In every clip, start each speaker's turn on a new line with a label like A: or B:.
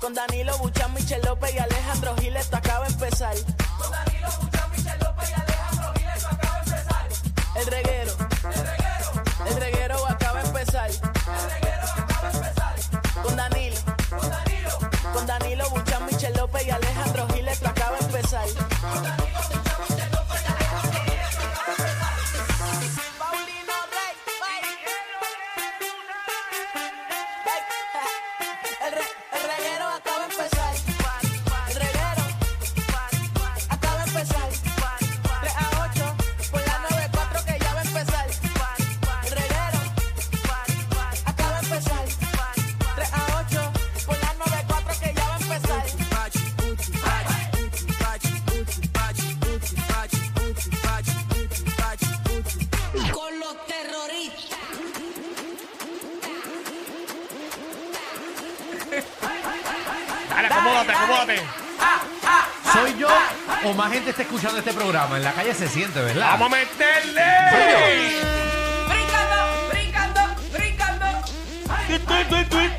A: Con Danilo Buchan, Michel López y Alejandro Giles, esto acaba de empezar. Con Danilo Buchan, Michel López y Alejandro Giles, esto acaba de empezar. El reguero. El reguero. El reguero acaba de empezar. El reguero acaba de empezar. Con Danilo. Con Danilo. Con Danilo Buchan, Michel López y Alejandro Giles, esto acaba de empezar. Paulino Rey, El, re, el reguero acaba de empezar. El reguero acaba de empezar. 3 a 8 por la 94 que ya va a empezar. El reguero acaba de empezar. 3 a 8 por la 94 que ya va a empezar.
B: con los terroristas.
C: Dale, acomódate, acomódate.
D: ¿Soy yo o más gente está escuchando este programa? En la calle se siente, ¿verdad?
C: Vamos a meterle.
B: Brincando, brincando, brincando.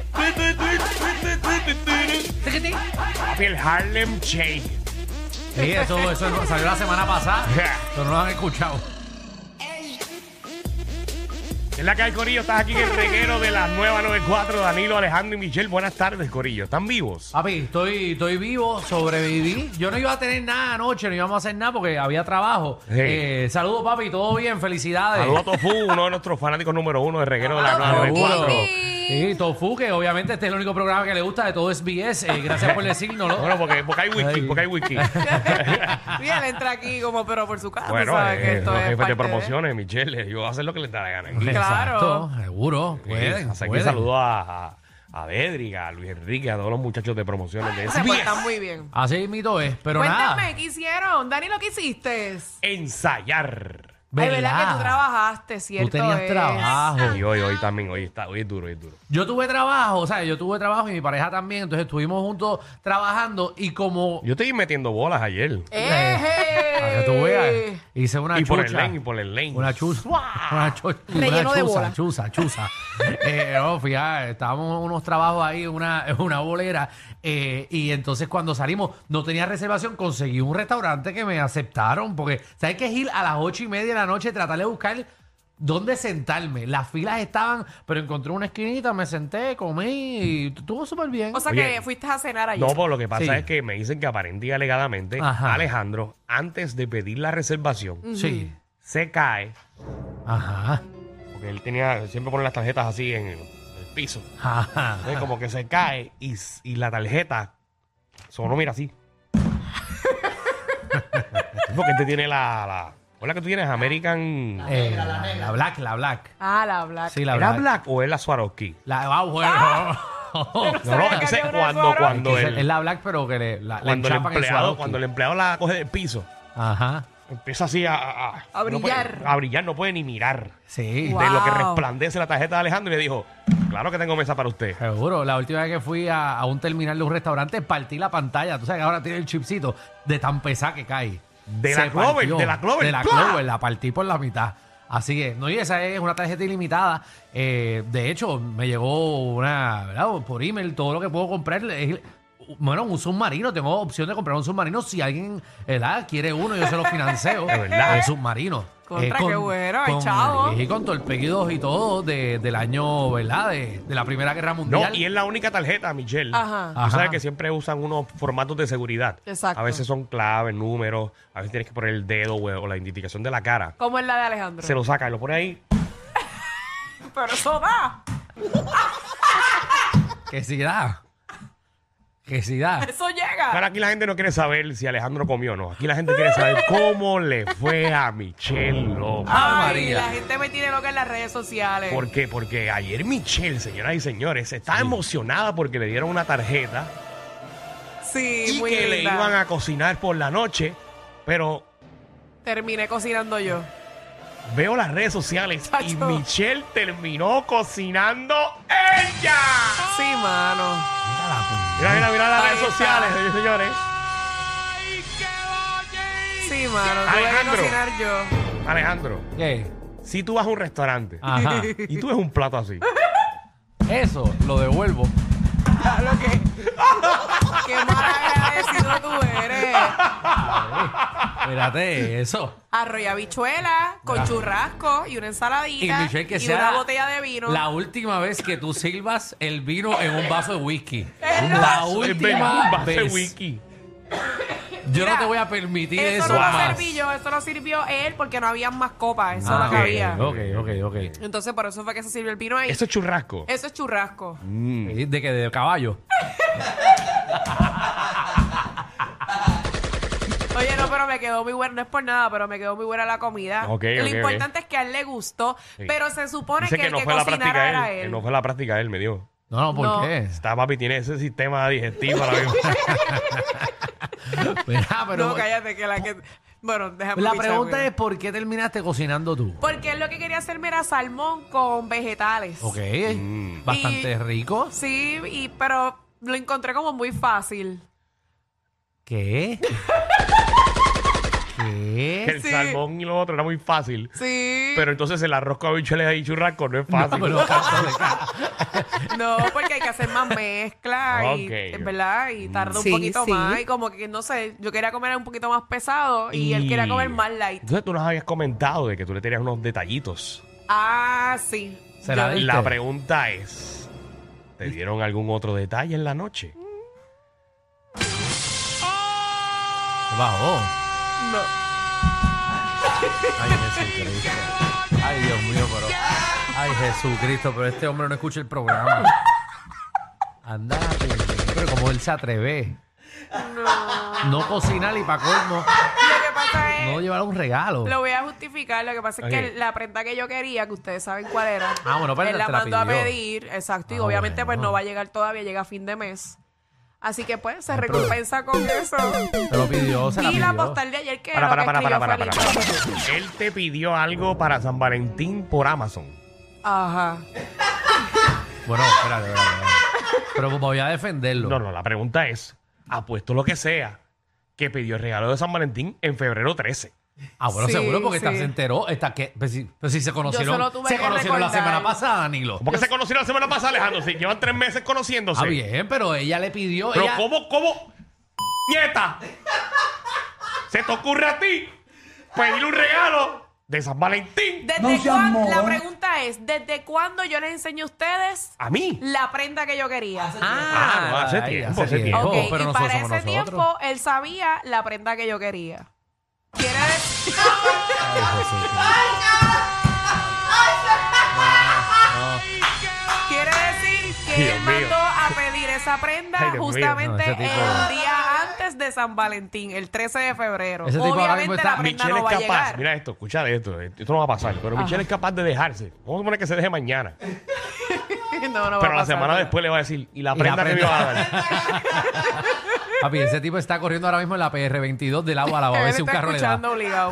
C: Papi, el Harlem Shake.
D: Sí, eso, eso no- salió la semana pasada,
C: Yeah.
D: pero no lo han escuchado.
C: Es la que hay, Corillo. Estás aquí en el reguero de la nueva 94. Danilo, Alejandro y Michelle. Buenas tardes, Corillo. ¿Están vivos?
D: Papi, estoy, estoy vivo, sobreviví. Yo no iba a tener nada anoche, no íbamos a hacer nada porque había trabajo.
C: Sí.
D: Eh, saludos, papi, todo bien, felicidades.
C: Saludos a Tofu, uno de nuestros fanáticos número uno del reguero de la nueva
D: Seguro.
C: 94.
D: Sí, Tofu, que obviamente este es el único programa que le gusta de todo SBS. Eh, gracias por decírnoslo.
C: Bueno, porque, porque hay wiki,
D: Ay.
C: porque hay wiki.
E: Bien, entra aquí como pero por su casa,
C: Bueno,
E: ¿sabes? que
C: eh,
E: esto
C: los
E: es
C: jefes
E: parte
C: de
E: de-
C: promociones, Michelle, yo voy a hacer lo que les da la gana. aquí.
E: Claro.
D: Exacto, seguro. Pueden,
C: Así que
D: pueden.
C: saludo a, a, a Dedrick, a Luis Enrique, a todos los muchachos de promociones de
E: Se
C: SBS.
E: portan pues, muy bien.
D: Así mito es, pero
E: Cuéntame,
D: nada.
E: ¿qué hicieron? Dani, ¿lo que hiciste?
C: Ensayar.
E: Ay, ¿verdad que tú trabajaste, cierto
D: Tú tenías
E: es?
D: trabajo.
C: Y hoy, hoy también, hoy está, hoy es duro, hoy es duro.
D: Yo tuve trabajo, o sea, yo tuve trabajo y mi pareja también, entonces estuvimos juntos trabajando y como... Eh.
C: Yo estoy metiendo bolas ayer.
D: Para que tú veas,
E: ¡Eje!
D: hice una
C: y
D: chucha.
C: por el lane, y por el lane.
D: Una chuza. Una, chu- una
E: Relleno de
D: chuza,
E: bola.
D: chuza, chuza. Eh, no, fíjate, estábamos en unos trabajos ahí, en una, en una bolera. eh, y entonces cuando salimos, no tenía reservación, conseguí un restaurante que me aceptaron. Porque, ¿sabes qué, Gil? A las ocho y media de la noche tratar de buscar dónde sentarme. Las filas estaban, pero encontré una esquinita, me senté, comí y estuvo súper bien.
E: O sea
C: Oye.
E: que fuiste a cenar ayer.
C: No, pues lo que pasa
D: Sí.
C: es que me dicen que aparente y alegadamente
D: Ajá.
C: Alejandro, antes de pedir la reservación,
E: Mm.
D: sí.
C: se cae,
D: Ajá.
C: porque él tenía, siempre pone las tarjetas así en el, el piso.
D: Ajá.
C: Entonces, como que se cae y, s- y la tarjeta sonó, mira, así. Es porque este tiene la... la ¿cuál es la que tú tienes? American...
D: Eh, la black, la black.
E: Ah, la black.
D: Sí, la
C: ¿Era
D: black.
C: Black o es la Swarovski?
D: La, ah, bueno.
C: No, no,
E: le
C: es que
E: cayó
C: sé
E: una
C: cuando,
E: Swarovski.
C: cuando
D: Es
C: Ah. el,
D: la black, pero que le, la,
C: cuando
D: le
C: el
D: enchapan el
C: empleado,
D: Swarovski.
C: cuando el empleado la coge del piso,
D: Ajá.
C: empieza así a, a- a-
E: A
C: no puede-
E: brillar.
C: a brillar, no puede ni mirar.
D: Sí.
E: Guau.
C: De lo que
E: Wow.
C: resplandece la tarjeta de Alejandro y le dijo, claro que tengo mesa para usted.
D: Seguro, la última vez que fui a, a un terminal de un restaurante, partí la pantalla. Tú sabes que ahora tiene el chipcito de tan pesada que cae.
C: De la Clover, de la Clover,
D: De la
C: ¡plá!
D: Clover, la partí por la mitad. Así que, no, y esa es una tarjeta ilimitada. Eh, de hecho, me llegó una, ¿verdad? Por email, todo lo que puedo comprar. es- bueno, un submarino, tengo opción de comprar un submarino. Si alguien ¿verdad? quiere uno, yo se lo financio.
C: De verdad.
D: El submarino. Eh,
E: Contra, qué bueno, ay,
D: con-
E: chavo.
D: Y con torpedos y todo de- del año, ¿verdad? De, de la Primera Guerra
C: No,
D: Mundial.
C: y es la única tarjeta, Michelle.
E: Ajá.
C: Tú
D: Ajá.
C: sabes que siempre usan unos formatos de seguridad.
E: Exacto.
C: A veces son claves, números, a veces tienes que poner el dedo o o la identificación de la cara.
E: ¿Cómo es la de Alejandro?
C: Se lo saca y lo pone ahí.
E: Pero eso da.
D: Que si da. Que si da.
E: Eso llega.
C: Ahora aquí la gente no quiere saber si Alejandro comió o no. Aquí la gente quiere saber cómo le fue a Michelle López.
D: Ah,
E: Ay,
D: María.
E: la gente me tiene loca en las redes sociales.
C: ¿Por qué? Porque ayer Michelle, señoras y señores, estaba emocionada porque le dieron una tarjeta
E: Sí,
C: y
E: muy
C: que le
E: linda.
C: iban a cocinar por la noche. Pero
E: Terminé cocinando yo.
C: veo las redes sociales y
E: Chacho.
C: Michelle terminó cocinando ella.
E: Sí, mano.
D: Mira la
C: Mira, mira, mira las
E: Ahí
C: redes
E: está.
C: sociales, señores y señores.
E: Sí, mano. Tuve
C: Alejandro.
E: que cocinar yo.
C: Alejandro,
D: pu- ¿Qué?
C: si tú vas a un restaurante
D: Ajá.
C: y tú ves un plato así,
D: Eso lo devuelvo.
E: Ah, lo que.
D: Espérate, eso.
E: Arroyo
C: Ah.
E: habichuela con churrasco y una
D: Y
E: ensaladita
D: Michelle, que
E: y
D: sea
E: una botella de vino.
D: La última vez que tú silbas el vino en un vaso de whisky.
E: Es lo-
D: La
C: Es
D: última
C: verdad, va a ser
D: vez.
C: wiki.
D: Yo no
E: Mira,
D: te voy a permitir eso.
E: Eso no lo
D: jamás.
E: serví yo, eso lo sirvió él porque no habían más copas, eso
D: Ah,
E: no cabía.
D: ok, ok, ok.
E: Entonces por eso fue que se sirvió el vino ahí.
C: Eso es churrasco.
E: Eso es churrasco.
C: Mm.
D: ¿De que ¿De caballo?
E: Oye, no, pero me quedó muy buena, no es por nada, pero me quedó muy buena la comida.
C: Ok,
E: Lo
C: ok,
E: importante es que a él le gustó,
C: Sí.
E: pero se supone
C: Dice
E: que,
C: que
E: el
C: no
E: que
C: fue a la
E: cocinara
C: práctica
E: era
C: él.
E: él.
C: Que no fue a la práctica él, me dijo.
D: No, no, ¿por
E: No.
D: qué?
C: Está papi, tiene ese sistema digestivo ahora mismo.
D: Mira, pero
E: Ah, No, cállate, que la que... Bueno, déjame
D: la
E: pichar,
D: pregunta
E: mira.
D: es ¿por qué terminaste cocinando tú?
E: Porque él lo que quería hacerme era salmón con vegetales.
D: Ok,
C: Mm.
D: bastante
E: Y-
D: rico.
E: Sí, y, pero lo encontré como muy fácil.
D: ¿Qué? ¿Qué?
C: el
E: Sí.
C: salmón y lo otro era muy fácil.
E: Sí.
C: Pero entonces el arroz con habichuelas y churrasco no es
D: No,
C: fácil.
D: pero canto de ca-
E: No, porque hay que hacer más mezcla y,
C: Ok.
E: ¿verdad? Y tarda
B: Sí,
E: un poquito
B: sí.
E: más. Y como que, no sé, yo quería comer un poquito más pesado y, él quería comer más light.
C: Entonces tú nos habías comentado de que tú le tenías unos detallitos.
E: Ah, sí.
D: Se la di.
E: Yo-
D: ¿Viste?
C: La pregunta es, ¿te dieron algún otro detalle en la noche?
D: Bajó.
E: no.
D: Ay, Jesucristo. Ay, Dios mío, pero. Ay, Jesucristo, pero este hombre no escucha el programa. Anda, pero como él se atreve. No. cocinar y para colmo.
E: Lo que pasa es...
D: No llevar un regalo.
E: Lo voy a justificar. Lo que pasa es
C: Ok.
E: que la prenda que yo quería, que ustedes saben cuál era,
D: Ah, bueno, pero
E: él la
D: te la
E: mandó a
D: pidió.
E: pedir. Exacto. Y
D: Ah,
E: obviamente, pues
D: bueno.
E: no va a llegar todavía, llega a fin de mes. Así que, pues, se
D: No, pero-
E: recompensa con eso.
D: Se lo pidió, se la
E: Y
D: pidió.
E: la postal de ayer que
C: Para,
E: lo
C: para,
E: que
C: para, para,
E: escribió
C: para,
E: fue
C: para.
E: lindo.
C: Él te pidió algo para San Valentín por Amazon.
E: Ajá.
D: Bueno, espérate, espérate, espérate. Pero pues, voy a defenderlo.
C: No, no, la pregunta es, apuesto lo que sea, que pidió el regalo de San Valentín en febrero 13.
D: Ah, bueno,
E: Sí,
D: seguro porque esta
E: sí.
D: se enteró. Esta que, pues, si, pues, si se conocieron,
E: solo tuve
D: se
E: que
D: conocieron la
E: recordar.
D: semana pasada, Nilo.
C: ¿Por qué se conocieron la semana pasada, Alejandro? Si llevan tres meses conociéndose.
D: Ah, bien, pero ella le pidió.
C: Pero
D: ella-
C: ¿cómo, cómo? ¡Nieta! ¿Se te ocurre a ti pedir un regalo de San Valentín?
E: ¿Desde
F: No seas
E: cuán- La
F: mogón.
E: pregunta es: ¿desde cuándo yo les enseñé a ustedes
C: ¿A mí?
E: la prenda que yo quería?
C: Ah, no, hace
D: ay,
C: tiempo, hace
E: Ok,
C: tiempo.
D: Ojo, pero
E: y
D: nosotros
E: para ese
D: somos nosotros.
E: tiempo él sabía la prenda que yo quería. Quiere decir.
D: Ay, Jesucristo.
E: Quiere decir que
C: Dios
E: él
C: mío.
E: mandó a pedir esa prenda
C: Ay, Dios mío.
E: justamente
D: No, ese tipo-
E: el día antes de San Valentín, el 13 de febrero.
D: Ese tipo ahora mismo
E: Obviamente
D: está-
E: la prenda
C: Michelle
E: no va a
C: es capaz,
E: llegar.
C: mira esto, escucha de esto, esto no va a pasar, pero Michelle es capaz de dejarse. Vamos a suponer que se deje mañana,
E: no, no va a
C: pero la
E: pasar
C: semana
E: nada.
C: después le va a decir, y la
D: Y la
C: prenda que me
D: prenda.
C: va a dar.
D: Papi, ese tipo está corriendo ahora mismo en la PR22 del agua a la
E: Él
D: a ver
E: está
D: si un carro le da.
E: escuchando obligado.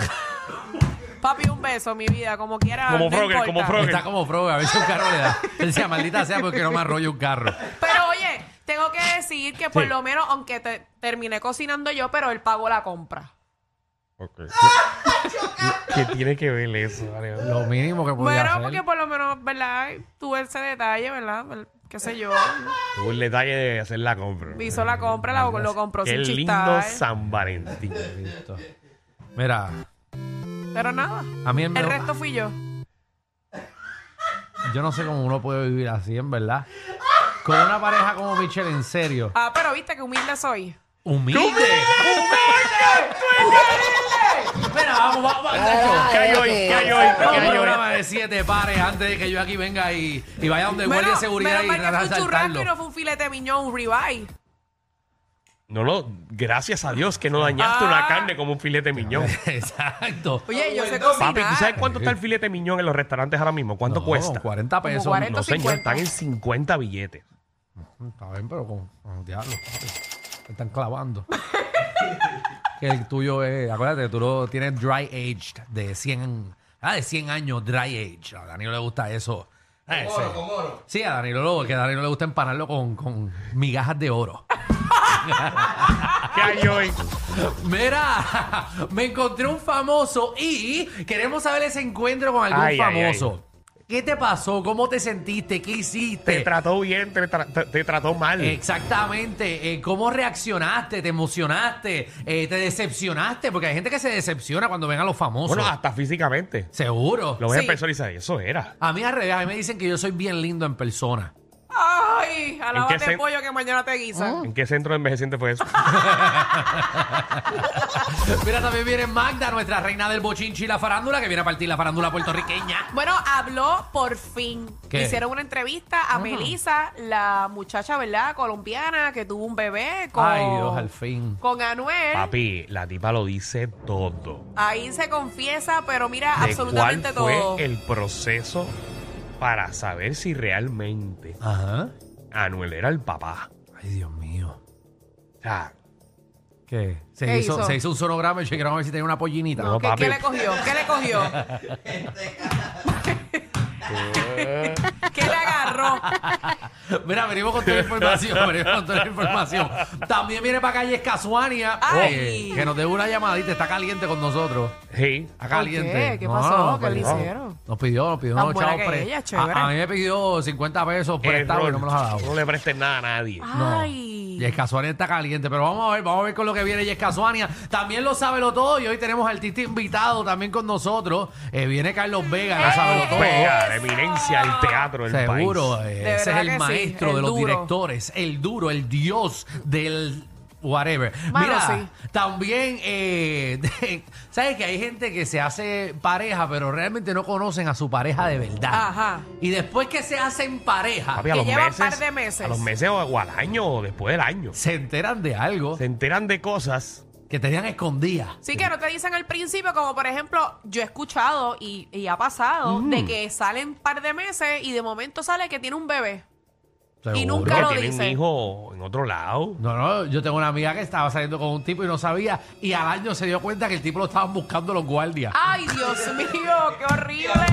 E: Papi, un beso, mi vida, como quiera.
C: Como
E: no
C: Frogger, como
E: importa.
C: Frogger.
D: Está como pro, a ver si un carro le da. Él sea maldita sea porque no me arrolla un carro.
E: Pero oye, tengo que decir que por
C: Sí.
E: lo menos, aunque te- terminé cocinando yo, pero él pagó la compra.
C: ¿Qué tiene que ver eso? Alejandro?
D: Lo mínimo que podía
E: Bueno,
D: hacer.
E: porque por lo menos, ¿verdad? Tuve ese detalle, ¿verdad? Qué sé yo.
C: Tuvo el detalle de hacer la compra.
E: Hizo la compra, la, lo compró
C: Ah, Qué
E: sin
C: lindo
E: chistar.
C: San Valentín.
D: Listo. Mira,
E: Pero nada.
D: a mí el
E: El
D: mejor-
E: resto fui yo.
D: yo no sé cómo uno puede vivir así, en verdad. Con una pareja como Michelle, en serio.
E: Ah, pero viste que humilde soy.
D: Humilde. Mira, vamos, vamos, vamos.
C: ¿Qué hay hoy? ¿Qué hay hoy? ¿Qué
D: Un
C: hay hoy?
D: programa de siete pares antes de que yo aquí venga y, y vaya donde
E: Bueno,
D: guardia de seguridad y
E: menos
D: trata
E: mal que
D: de
E: fue un churrasco
D: saltarlo.
E: y no fue un filete miñón, un ribeye.
C: No, no, gracias a Dios que no dañaste
E: Ah.
C: una carne como un filete miñón.
D: Exacto.
E: Oye, yo sé cocinar.
C: Papi, ¿tú sabes cuánto está el filete miñón en los restaurantes ahora mismo? ¿Cuánto
D: No,
C: cuesta?
D: 40
E: Como
D: pesos.
E: 40.
C: No, señor,
E: 150.
C: están en 50 billetes.
D: No, está bien, pero con. con diablo. papi. Te están clavando. que el tuyo es. Acuérdate que tú lo tienes dry aged de 100. Ah, de 100 años dry aged. A Danilo le gusta eso. Eh, sí. Sí, a Danilo, lo- que a Danilo le gusta empanarlo con, con migajas de oro.
C: ¿Qué hay hoy?
D: Mira, me encontré un famoso y queremos saber ese encuentro con algún
C: Ay, ay,
D: famoso. ¿Qué te pasó? ¿Cómo te sentiste? ¿Qué hiciste?
C: Te trató bien, te, tra- te- te trató mal.
D: Exactamente. Eh, ¿Cómo reaccionaste? ¿Te emocionaste? Eh, ¿Te decepcionaste? Porque hay gente que se decepciona cuando ven a los famosos.
C: bueno, hasta físicamente.
D: Seguro.
C: Lo ves
E: Sí.
C: en persona y dices, eso era.
D: A mí al revés, a mí me dicen que yo soy bien lindo en persona.
E: Ay,
C: ¿En qué
E: alábate
C: sen-
E: pollo que mañana te guisan.
C: ¿En qué centro de envejeciente fue eso?
E: ¿Eh?
D: Mira, también viene Magda, nuestra reina del bochinchi y la farándula, que viene a partir la farándula puertorriqueña.
E: Bueno, habló por fin.
D: ¿Qué?
E: Hicieron una entrevista a Melissa, la muchacha, ¿verdad? Colombiana que tuvo un bebé con.
D: Ay, Dios, al fin.
E: Con Anuel.
C: Papi, la tipa lo dice todo.
E: Ahí se confiesa, pero mira
C: de
E: absolutamente
C: cuál fue
E: todo.
C: el proceso para saber si realmente
D: Ajá.
C: Anuel era el papá.
D: Ay, Dios mío.
C: O sea,
D: ¿Qué? Se,
E: ¿Qué
D: hizo,
E: hizo?
D: se hizo un sonograma y checaron a ver si tenía una pollinita.
C: No,
E: ¿Qué,
C: papi.
E: qué le cogió? ¿Qué le cogió? ¿Qué le agarró?
D: Mira, venimos con toda la información, venimos con toda la información. También viene para calles Casuania,
E: Ay.
D: eh, que nos dé una llamadita, está caliente con nosotros.
C: sí.
D: Está caliente.
E: ¿Por qué? ¿Qué
D: No,
E: pasó?
D: nos
E: ¿Qué le
D: pidió-
E: hicieron?
D: Nos pidió, nos pidió
E: Tan
D: unos
E: buena
D: chavos
E: que
D: pre-
E: ella, chévere.
D: A, a mí me pidió 50 pesos prestado y
C: Error.
D: no me los ha dado.
C: No le prestes nada a nadie.
D: No.
E: Ay.
D: Yes Casuania está caliente, pero vamos a ver, vamos a ver con lo que viene Yes Casuania. También lo sabe lo todo y hoy tenemos al artista invitado también con nosotros. Eh, viene Carlos Vega, lo sabe lo todo.
C: Pega, Pues, la eminencia del teatro del
D: Seguro,
C: país.
D: eh,
E: De
D: ese es
E: verdad
D: el
E: que sí,
D: maestro
E: el
D: de los
E: duro.
D: directores, el duro, el dios del whatever.
E: Mano,
D: Mira,
E: sí.
D: también, eh, ¿sabes que hay gente que se hace pareja, pero realmente no conocen a su pareja de verdad?
E: Ajá.
D: Y después que se hacen pareja,
C: Papi, a
E: que
C: los
E: lleva un
C: meses,
E: par de meses.
C: A los meses o, o al año o después del año.
D: se enteran de algo
C: Se enteran de cosas.
D: que tenían escondida.
E: Sí, que no te dicen al principio, como por ejemplo, yo he escuchado y, y ha pasado de que salen un par de meses y de momento sale que tiene un bebé. Y
D: Seguro.
E: nunca
C: que
E: lo
C: tienen
E: dicen.
C: hijo en otro lado.
D: No, no, yo tengo una amiga que estaba saliendo con un tipo y no sabía, y al año se dio cuenta que el tipo lo estaban buscando los guardias.
E: Ay, Dios mío, qué horrible.